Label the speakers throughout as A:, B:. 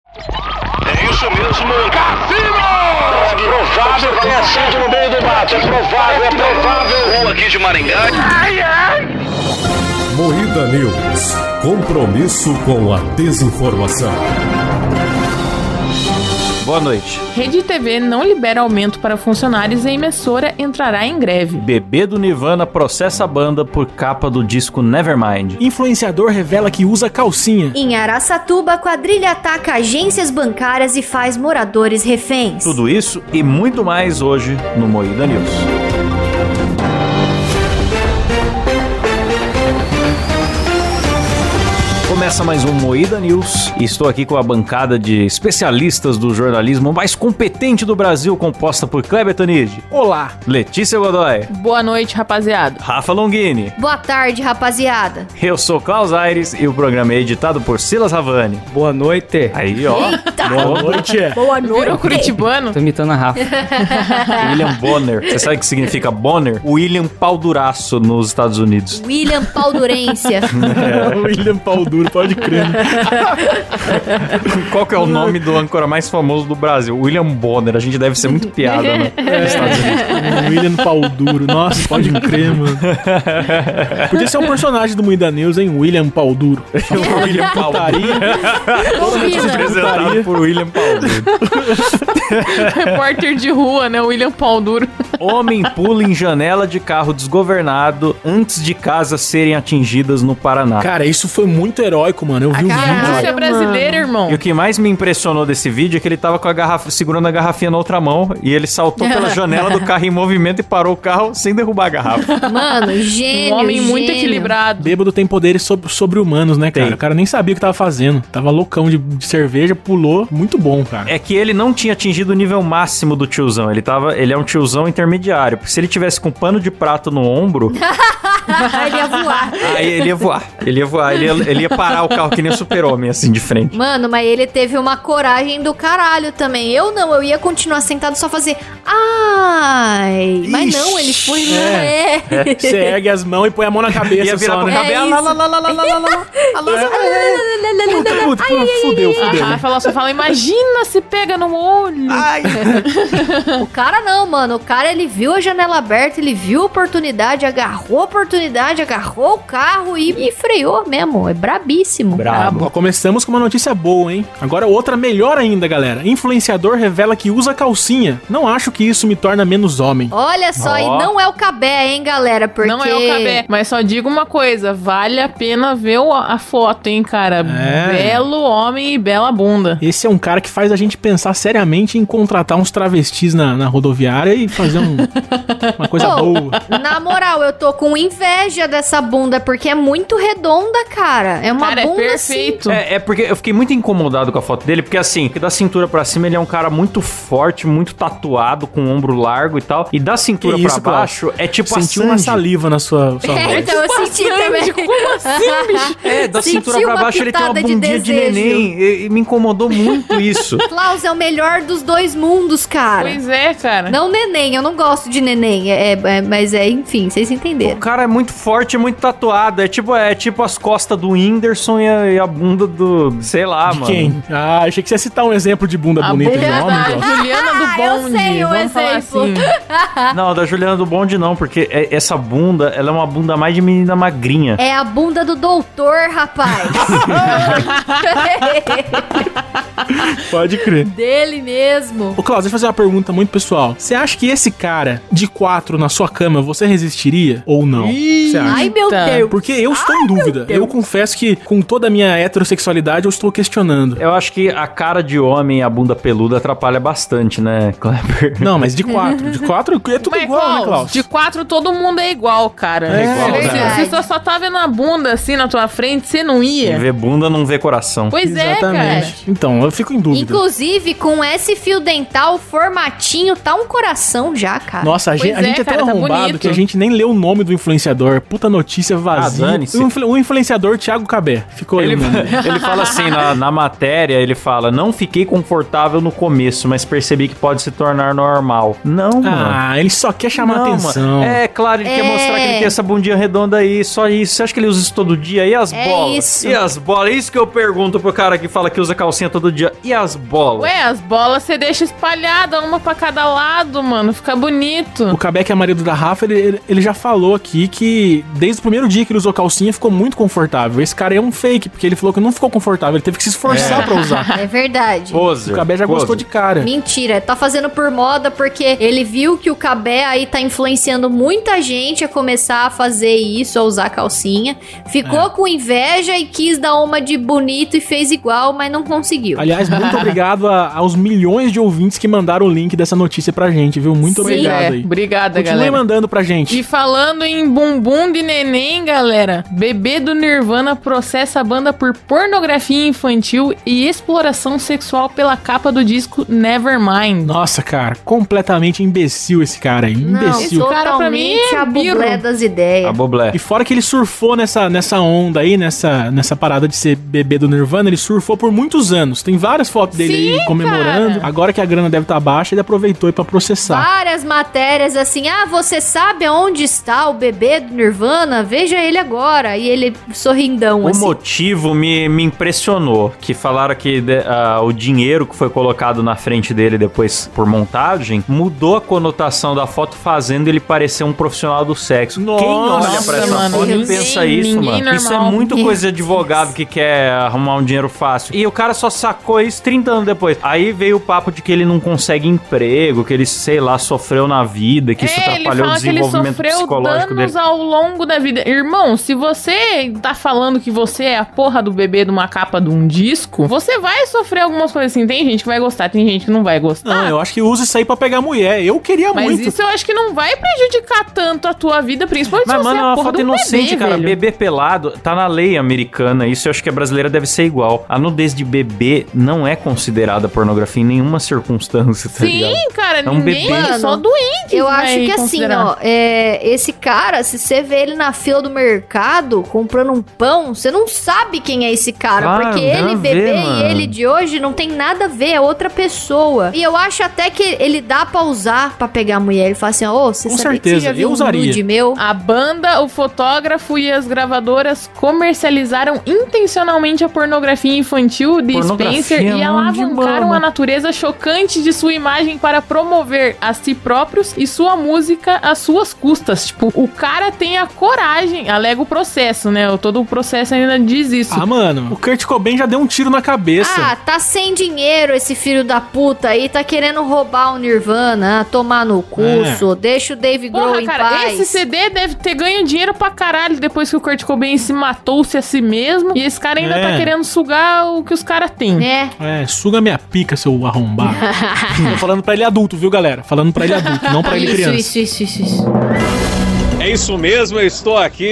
A: É mesmo. Cassino! É provável que tenha sido no meio do mato. É provável, é provável. Rua aqui de Maringá. Ai, ai.
B: Moída News. Compromisso com a desinformação.
C: Boa noite.
D: Rede TV não libera aumento para funcionários e a emissora entrará em greve.
C: Bebê do Nirvana processa a banda por capa do disco Nevermind.
E: Influenciador revela que usa calcinha.
F: Em Araçatuba, quadrilha ataca agências bancárias e faz moradores reféns.
C: Tudo isso e muito mais hoje no Moída News. Começa mais um Moída News. E Estou aqui com a bancada de especialistas do jornalismo mais competente do Brasil, composta por Kleber Tanid,
E: Olá.
C: Letícia Godoy,
D: Boa noite, rapaziada.
C: Rafa Longini.
F: Boa tarde, rapaziada.
C: Eu sou Klaus Aires e o programa é editado por Silas Havani.
G: Boa noite.
C: Aí, ó.
F: Eita.
C: Boa noite.
F: Boa
D: Virou curitibano?
G: Tô imitando a Rafa.
C: William Bonner. Você sabe o que significa Bonner? William Pau Duraço nos Estados Unidos.
F: William Paudurência.
E: William Pau Duro, pode crer.
C: Qual que é o nome do âncora mais famoso do Brasil? William Bonner. A gente deve ser muito piada, né?
E: William Pau Duro, nossa, pode crer, mano. Podia ser um personagem do Moída News, hein? William Pau Duro.
C: William Pau
D: Combina.
C: Apresentado por William Pau Duro.
D: Repórter de rua, né? William Pau Duro.
C: Homem pula em janela de carro desgovernado antes de casas serem atingidas no Paraná.
E: Cara, isso foi muito heróico, Ah, mano. Eu vi o
C: Ah,
F: Caralho.
E: vídeo.
D: Isso é brasileiro, irmão.
C: E o que mais me impressionou desse vídeo é que ele tava com a garrafa, segurando a garrafinha na outra mão e ele saltou pela janela do carro em movimento e parou o carro sem derrubar a garrafa.
F: Mano, gênio.
D: Um homem muito
F: gênio.
D: equilibrado.
E: um Bêbado tem poderes sob- sobre-humanos, né, cara?
C: Tem.
E: O cara nem sabia o que tava fazendo. Tava loucão de, de cerveja, pulou. Muito bom, cara.
C: É que ele não tinha atingido o nível máximo do tiozão. Ele tava, ele é um tiozão intermediário, porque se ele tivesse com pano de prato no ombro,
F: Ele ia voar.
C: aí ele ia voar. Ele ia voar, ele ia, ele ia parar o carro que nem o super-homem assim de frente.
F: Mano, mas ele teve uma coragem do caralho também. Eu não, eu ia continuar sentado só fazer. Ai! Mas não, ele foi.
E: Ixi,
F: É. é.
E: Você ergue as mãos e põe a mão na cabeça
C: Ia virar
E: só,
C: pro
E: né?
C: cabelo.
F: isso.
C: lá, lá, lá, lá, lá, lá, lá, lá.
F: Alô, alô, alô, alô, alô, alô.
E: Putz, fudeu, fudeu.
C: né?
D: Ah, ela só fala, imagina se pega no olho.
C: Ai.
F: O cara não, mano. O cara ele viu a janela aberta, ele viu a oportunidade, agarrou a oportunidade, agarrou o carro e, e freou mesmo. É brabíssimo.
C: Brabo.
E: Ó, começamos com uma notícia boa, hein? Agora outra melhor ainda, galera. Influenciador revela que usa calcinha. Não acho que isso me torna menos homem.
F: Olha só, e
C: Ó.
F: não é o cabé, hein, galera? Porque.
D: Não é o cabé. Mas só digo uma coisa: vale a pena ver o- a foto, hein, cara?
E: É.
D: Belo homem e bela bunda.
E: Esse é um cara que faz a gente pensar seriamente em contratar uns travestis na, na rodoviária e fazer um- uma coisa
D: Oh.
F: Pô,
E: boa.
F: Na moral, eu tô com inveja dessa bunda, porque é muito redonda, cara. É uma
D: cara, é
F: bunda
D: perfeito.
C: É, é porque eu fiquei muito incomodado com a foto dele, porque assim, que da cintura pra cima ele é um cara muito forte, muito tatuado, com ombro largo e tal. E da cintura
E: Que
C: pra
E: isso,
C: baixo é tipo
E: Sentiu
C: a
E: uma
C: Sandy.
E: saliva na sua,
F: assim.
E: sua
F: É,
E: voz.
F: então eu senti também.
D: Como assim, bicho?
C: É, da
F: Sentiu
C: cintura pra
F: uma
C: baixo ele tem uma
F: pitada de
C: bundinha de,
F: desejo.
C: neném. E, e me incomodou muito isso.
F: Klaus é o melhor dos dois mundos, cara.
D: Pois é, cara.
F: Não neném, eu não gosto de neném. é- é- é- mas é, enfim, vocês
C: O
F: entenderam.
C: cara é muito forte, é muito tatuado. É tipo, é tipo as costas do Whindersson e a, e a bunda do. Sei lá, mano.
E: Quem? Ah, achei que você ia citar um exemplo de bunda
D: A
E: bonita de
D: bunda é
E: homem.
D: da
E: então.
D: Juliana do
F: Ah, eu
D: Bonde.
F: sei o
D: Vamos falar
F: exemplo.
D: assim.
F: Ah.
C: Não, da Juliana do Bonde não, porque é- essa bunda, ela é uma bunda mais de menina magrinha.
F: É a bunda do doutor, rapaz. É
E: Pode crer.
F: Dele mesmo.
E: Ô, Klaus, deixa eu fazer uma pergunta muito pessoal. Você acha que esse cara de quatro na sua cama, você resistiria ou não? Você acha?
F: Ai, meu
D: Eita.
F: Deus.
E: Porque eu estou em dúvida. Eu confesso que, com toda a minha heterossexualidade, eu estou questionando.
C: Eu acho que a cara de homem e a bunda peluda atrapalha bastante, né, Kleber?
E: Não, mas de quatro. De quatro é tudo
D: Mas,
E: igual, né,
D: Klaus,
E: Klaus?
D: de quatro todo mundo é igual, cara.
E: É
C: igual,
D: Se-
F: cara.
D: Se você só tá vendo a bunda assim na tua frente, você não
F: É.
C: Quem
D: ia?
C: vê bunda não vê coração.
D: Pois é, cara.
E: Então, eu fico em dúvida.
F: Inclusive, com esse fio dental, formatinho, tá um coração já, cara.
E: Nossa, a gente, a
D: Pois é,
E: gente é,
D: cara,
E: tão
D: tá
E: arrombado
D: bonito.
E: que a gente nem leu o nome do influenciador. Puta notícia vazia.
C: Ah, dane-se.
E: o, influ- o influenciador Thiago Cabé. Ficou
C: Ele,
E: ele.
F: é.
C: ele fala assim, na, na matéria, ele fala, não fiquei confortável no começo, mas percebi que pode se tornar normal. Não, mano.
E: Ah, ele só quer chamar
C: Não, mano.
E: atenção.
C: É claro, ele quer
F: É.
C: mostrar que ele tem essa bundinha redonda aí, só isso. Você acha que ele usa isso todo dia? E as
F: É
C: bolas?
F: isso.
C: E as bolas? É isso que eu pergunto pro cara que fala que usa calcinha todo dia. E as bolas?
D: Ué, as bolas você deixa espalhada, uma pra cada lado, mano. Fica bonito.
E: O Cabé, que é marido da Rafa, ele- ele, ele já falou aqui que desde o primeiro dia que ele usou calcinha ficou muito confortável. Esse cara é um fake, porque ele falou que não ficou confortável, ele teve que se esforçar pra usar.
F: É verdade.
E: O Cabé já gostou de cara.
F: Mentira, tá fazendo por moda porque ele viu que o Cabé aí tá influenciando muita gente a começar a fazer isso, a usar calcinha. Ficou
E: É.
F: com inveja e quis dar uma de bonito e fez igual, mas não conseguiu.
E: Aliás, muito obrigado a- aos milhões de ouvintes que mandaram o link dessa notícia pra gente, viu? Muito
F: Sim.
E: obrigado
D: é,
E: aí.
D: Obrigada,
E: Continue
D: galera.
E: mandando pra gente.
D: E falando em bumbum de neném, galera, bebê do Nirvana processa a banda por pornografia infantil e exploração sexual pela capa do disco Nevermind.
E: Nossa, cara, completamente imbecil esse cara aí.
F: não,
E: Imbecil.
D: isso- cara, pra mim,
F: totalmente
D: é
F: a bublé
D: birro.
F: das
C: A
F: ideias.
C: boblé.
E: E fora que ele surfou nessa, nessa onda aí, nessa, nessa parada de ser bebê do Nirvana, ele surfou por muitos anos. Tem várias fotos dele
D: Sim,
E: aí comemorando.
D: cara.
E: Agora que a grana deve estar baixa, ele aproveitou aí pra processar.
F: Várias matérias assim, ah, você sabe aonde está o bebê do Nirvana? Veja ele agora. E ele sorrindão,
C: O
F: assim.
C: motivo me, me impressionou, que falaram que de- ah, o dinheiro que foi colocado na frente dele depois por montagem mudou a conotação da foto, fazendo ele parecer um profissional do sexo.
E: Nossa,
C: Quem olha pra essa
D: mano,
C: foto e
D: ninguém-
C: pensa isso, mano?
D: ninguém
C: Isso é
D: normal.
C: muito
F: Meu
C: coisa de advogado que quer arrumar um dinheiro fácil. E o cara só sacou isso 30 anos depois. Aí veio o papo de que ele não consegue emprego, que ele, sei lá, sofreu na vida, que isso
D: é, ele
C: atrapalhou o
D: fala que ele
C: desenvolvimento
D: sofreu
C: psicológico
D: danos
C: dele.
D: ao longo da vida. Irmão, se você tá falando que você é a porra do bebê de uma capa de um disco, você vai sofrer algumas coisas assim. Tem gente que vai gostar, tem gente que não vai gostar.
E: Não, eu acho que usa isso aí pra pegar mulher. Eu queria
D: Mas
E: muito.
D: isso eu acho que não vai prejudicar tanto a tua vida, principalmente
C: Mas,
D: se você
C: mano, é
D: é a
C: uma
D: porra
C: foto
D: de um
C: inocente,
D: bebê,
C: cara.
D: velho.
C: Bebê pelado tá na lei americana. Isso eu acho que a brasileira deve ser igual. A nudez de bebê não é considerada pornografia em nenhuma circunstância, tá
D: Sim,
C: ligado?
D: cara,
C: É um
D: ninguém,
C: bebê.
D: só doente.
F: Eu acho que assim, ó, é, esse cara, se você vê ele na fila do mercado comprando um pão, você não sabe quem é esse cara,
C: Claro,
F: porque
C: nada
F: ele
C: a ver,
F: bebê
C: mano.
F: e ele de hoje não tem nada a ver, é outra pessoa. E eu acho até que ele dá pra usar pra pegar a mulher. Ele fala assim, ó, ô, você
E: Com
F: sabia que
E: certeza,
F: você já
E: eu
F: viu um
E: usaria.
F: nude meu?
D: A banda, o fotógrafo e as gravadoras comercializaram intencionalmente a pornografia infantil de
C: Pornografia
D: Spencer
C: não
D: e
C: de
D: alavancaram
C: mama.
D: a natureza chocante de sua imagem para promover a si próprios e sua música às suas custas. Tipo, o cara tem a coragem, alega o processo, né? Todo o processo ainda diz isso.
E: Ah, mano, o Kurt Cobain já deu um tiro na cabeça.
F: Ah, tá sem dinheiro esse filho da puta aí, tá querendo roubar o Nirvana, ah, tomar no
E: É.
F: curso, deixa o Dave Grohl
D: Porra,
F: em
D: cara,
F: paz.
D: esse CD deve ter ganho dinheiro pra caralho depois que o Kurt Cobain se matou-se a si mesmo. E esse cara ainda
E: É.
D: tá querendo sugar o que os caras têm.
F: É,
E: É, suga minha pica, seu arrombado. Tô falando pra ele adulto, viu, galera? Falando pra ele adulto, não pra ele
F: isso,
E: criança.
F: isso, isso, isso, isso.
H: É isso mesmo, eu estou aqui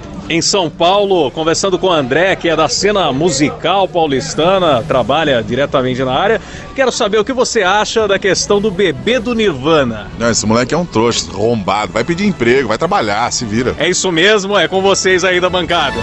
H: em em São Paulo conversando com o André, que é da cena musical paulistana, trabalha diretamente na área. Quero saber o que você acha da questão do bebê do Nirvana.
I: Não, esse moleque é um trouxa, rombado. Vai pedir emprego, vai trabalhar, se vira.
H: É isso mesmo, é com vocês aí da bancada.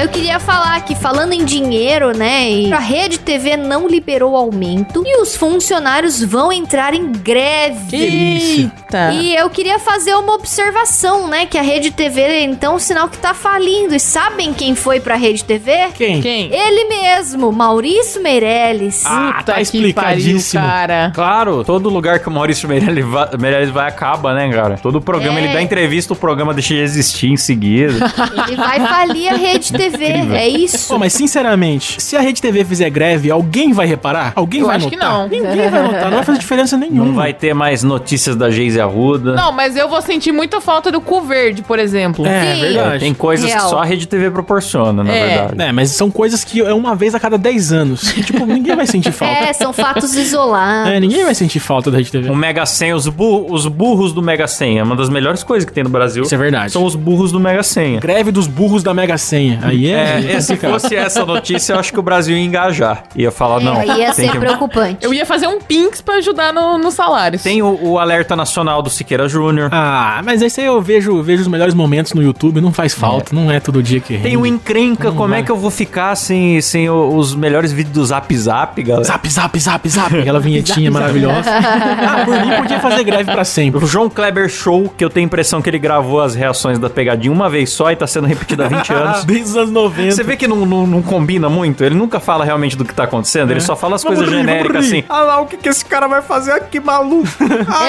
F: Eu queria falar que, falando em dinheiro, né? e a Rede TV não liberou aumento e os funcionários vão entrar em greve.
E: delícia.
D: Eita!
F: E eu queria fazer uma observação, né? Que a Rede TV, então, é um sinal que tá falindo. E sabem quem foi pra Rede TV?
E: Quem?
D: Quem?
F: Ele mesmo, Maurício Meirelles.
E: Ah, tá
D: que
E: explicadíssimo.
D: pariu, cara.
C: Claro, todo lugar que o Maurício Meirelles vai, Meirelles vai acaba, né, cara? Todo programa,
F: É.
C: ele dá entrevista, o programa deixa de existir em seguida.
F: Ele vai falir a Rede TV. é isso.
E: Pô, mas sinceramente, se a Rede TV fizer greve, alguém vai reparar? Alguém
D: Eu
E: vai
D: acho que
E: notar?
D: não.
E: Ninguém vai notar, não vai fazer diferença nenhuma.
C: Não vai ter mais notícias da Geise Arruda.
D: Não, mas eu vou sentir muita falta do cu verde, por exemplo.
E: É,
F: Sim.
E: verdade.
C: Tem coisas que
F: Real.
C: só a Rede TV proporciona, na
D: É.
C: verdade.
E: É, mas são coisas que é uma vez a cada 10 anos. E, tipo, ninguém vai sentir falta.
F: É, são fatos isolados.
E: É, ninguém vai sentir falta da Rede TV.
C: O Mega 100, os, bu- os burros do Mega 100, é uma das melhores coisas que tem no Brasil.
E: Isso é verdade.
C: São os burros do Mega Senha.
E: Greve dos burros da Mega Senha. Aí, aí é.
C: É, se fosse essa notícia, eu acho que o Brasil ia engajar. Ia falar, não.
F: É, ia
C: tem
F: ser
C: que-
F: preocupante.
D: Eu ia fazer um Pinx pra ajudar no- nos salários.
C: Tem o, o alerta nacional do Siqueira Júnior.
E: Ah, mas esse aí eu vejo, vejo os melhores momentos no YouTube, não faz falta, não é todo dia que
C: Tem o
E: rende.
C: encrenca, como é que eu vou ficar sem, sem o- os melhores vídeos do Zap Zap, galera?
E: Zap, zap, zap, zap. Aquela vinhetinha maravilhosa. ah, por mim podia fazer greve pra sempre.
C: O João Kleber Show, que eu tenho a impressão que ele gravou as reações da pegadinha uma vez só e tá sendo repetida há 20 anos.
E: Desde os anos 90.
C: Você vê que não, não- não combina muito? Ele nunca fala realmente do que tá acontecendo, ele só fala as
E: Vamos
C: coisas
E: rir, vamos
C: genéricas
E: rir.
C: assim. Ah lá, o que, que esse cara vai fazer aqui, maluco? Ah,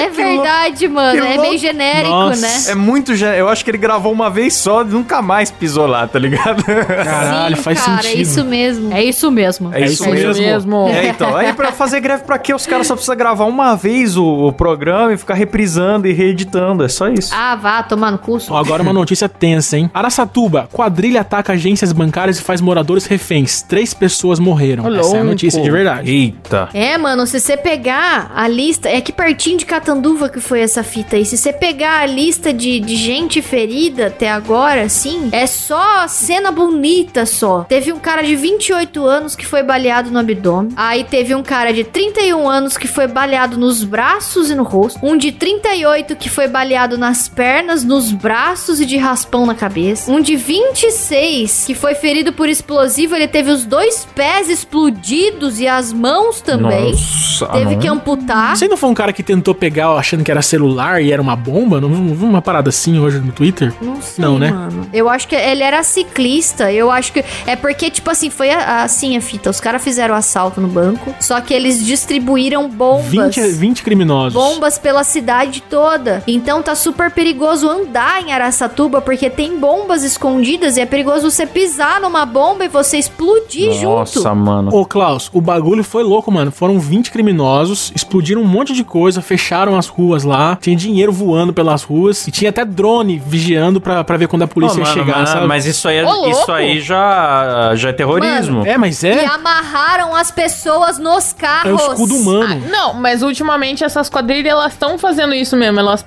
F: é
C: que louco.
F: verdade, mano.
C: que
F: É
C: louco.
F: meio genérico,
E: Nossa.
F: né?
C: É muito. gen- Eu acho que ele gravou uma vez só e nunca mais pisou lá, tá ligado?
E: Caralho,
F: Sim,
E: faz
F: cara,
E: sentido.
F: é isso mesmo. É isso mesmo.
C: É
E: isso mesmo.
C: É, então. Aí pra fazer greve pra quê? Os caras só precisam gravar uma vez o, o programa e ficar reprisando e reeditando. É só isso.
F: Ah, vá, tomar no cu.
E: Ó, agora uma notícia tensa, hein? Araçatuba, quadrilha ataca agências bancárias e faz moradores reféns. Três pessoas morreram.
D: Ô,
E: Essa é a
D: louco.
E: notícia de verdade.
C: Eita.
F: É, mano, se você pegar a lista. É que pertinho de Catanduva que foi essa fita aí. Se você pegar a lista de, de gente ferida até agora, assim, é só cena bonita só. Teve um cara de 28 anos que foi baleado no abdômen. Aí teve um cara de 31 anos que foi baleado nos braços e no rosto. Um de 38 que foi baleado nas pernas, nos braços e de raspão na cabeça. Um de 26 que foi ferido por explosivo. Ele teve os dois pés explodidos e as mãos também.
C: Nossa,
F: Teve
C: não.
F: que amputar.
E: Você Ah, não é? foi um cara que tentou pegar achando que era celular e era uma bomba? Não não vi uma parada assim hoje no Twitter?
F: Não sei,
E: Não, né?
F: mano. Eu acho que ele era ciclista. Eu acho que. É porque, tipo assim, foi a- a- assim a fita. Os caras fizeram assalto no banco. Só que eles distribuíram bombas.
E: 20, 20 criminosos.
F: Bombas pela cidade toda. Então tá super perigoso andar em Araçatuba porque tem bombas escondidas e é perigoso você pisar numa bomba e você explodir junto.
C: Nossa, mano.
E: Ô, Klaus, o bagulho foi louco, mano. Foram 20 criminosos, explodiram um monte de coisa, fecharam as ruas lá, tinha dinheiro voando pelas ruas e tinha até drone vigiando pra, pra ver quando a polícia
C: Ô,
E: ia
C: mano,
E: chegar,
C: mano,
E: sabe?
C: Mas isso aí, é-
D: Ô,
C: isso
D: louco.
C: aí já, já é terrorismo.
E: É, mas
F: E
E: é,
F: amarraram as pessoas nos
E: é o
F: carros.
E: escudo humano.
D: Não, mas ultimamente essas quadrilhas elas estão fazendo isso mesmo. Elas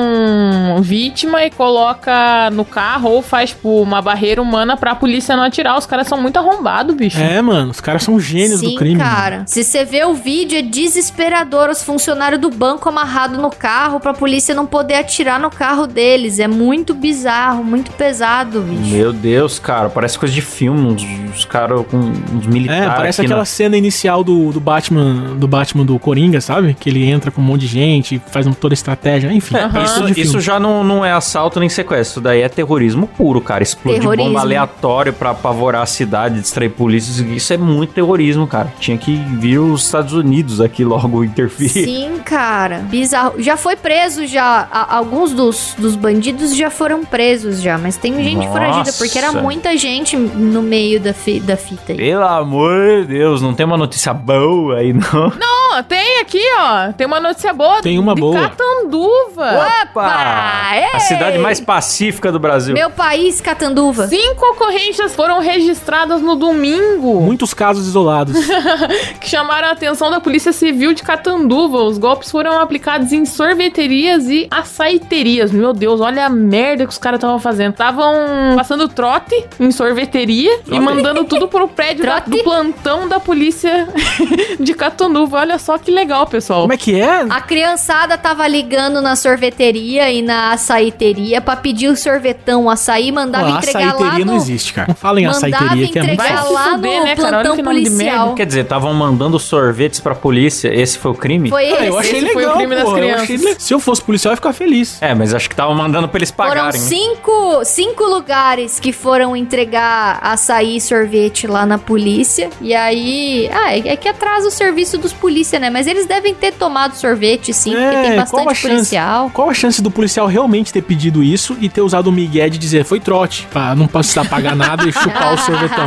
D: pegam vítima e coloca no carro ou faz tipo uma barreira humana pra polícia não atirar. Os caras são muito arrombados, bicho.
E: É, mano, os caras são gênios
F: Sim,
E: do crime. mano.
F: cara. Se você vê o vídeo, é desesperador. Os funcionários do banco amarrado no carro pra polícia não poder atirar no carro deles. É muito bizarro, muito pesado, bicho.
C: Meu Deus, cara, parece coisa de filme, uns, uns caras com uns
E: É,
C: militares.
E: parece
C: Tá aqui na-
E: aquela cena inicial do, do Batman, do Batman do Coringa, sabe? Que ele entra com um monte de gente, faz um- toda a estratégia, enfim.
D: Aham.
E: parece
C: Isso,
E: de filme.
C: isso já não, não é assalto nem sequestro, isso daí é terrorismo puro, cara. Explodir
F: Terrorismo.
C: bomba aleatório pra apavorar a cidade, distrair polícias, isso é muito terrorismo, cara. Tinha que vir os Estados Unidos aqui logo interferir.
F: Sim, cara. Bizarro. Já foi preso já. A- alguns dos, dos bandidos já foram presos já. Mas tem gente
C: Nossa.
F: foragida, porque era muita gente no meio da, fi- da fita aí.
C: Pelo amor de Deus, não tem uma notícia boa aí, não.
D: Ó, tem aqui, ó. Tem uma notícia boa.
E: Tem uma
D: de
E: boa.
D: Catanduva.
F: Opa!
C: A
F: Ei!
C: cidade mais pacífica do Brasil.
F: Meu país, Catanduva.
D: Cinco ocorrências foram registradas no domingo.
E: Muitos casos isolados.
D: que chamaram a atenção da Polícia Civil de Catanduva. Os golpes foram aplicados em sorveterias e açaiterias. Meu Deus, olha a merda que os caras estavam fazendo. Estavam passando trote em sorveteria e mandando tudo pro prédio da-
F: Trote?
D: do plantão da Polícia de Catanduva. Olha só que legal, pessoal.
E: Como é que é?
F: A criançada tava ligando na sorveteria e na açaiteria pra pedir o sorvetão, o açaí, e mandava
E: Ó,
F: entregar lá
E: açaiteria
F: no...
E: não existe, cara. Não falem
F: Mandava
E: açaiteria, que é muito
D: Vai
F: entregar
D: se
E: fácil.
F: lá
D: fuder,
F: no
D: né, cara? Olha
F: plantão
D: que nome de
F: policial.
D: merda.
C: Quer dizer, estavam mandando sorvetes pra polícia, esse foi o crime?
D: é.
F: Foi
E: Ah, eu
F: esse.
E: achei
D: Esse foi o
E: legal,
D: crime das
E: pô, eu
D: crianças.
E: achei le- Se eu fosse policial, eu ia ficar feliz.
C: É, mas acho que estavam mandando pra eles
F: Foram
C: pagarem. né?
F: cinco, cinco lugares que foram entregar açaí e sorvete lá na polícia. E aí. Ah, é é que atrasa o serviço dos polícia, né? Mas eles devem ter tomado sorvete, sim,
E: É,
F: porque tem bastante policial.
E: Qual a chance do policial realmente ter pedido isso e ter usado o Miguel de dizer foi trote, pra não precisar pagar nada e chupar o sorvetão?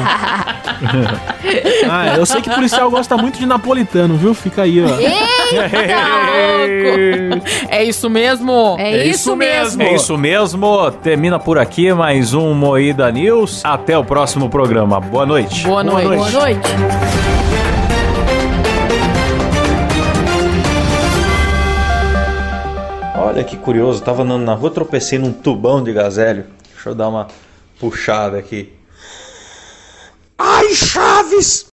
E: ah, eu sei que policial gosta muito de napolitano, viu? Fica aí, ó.
D: Tá É isso mesmo.
F: É, isso, mesmo.
C: É isso mesmo. Termina por aqui mais um Moída News. Até o próximo programa. Boa noite.
D: Boa noite.
E: noite.
D: Boa noite.
H: Olha que curioso, eu tava andando na rua, tropecei num tubão de gazelho. Deixa eu dar uma puxada aqui.
C: Ai, Chaves!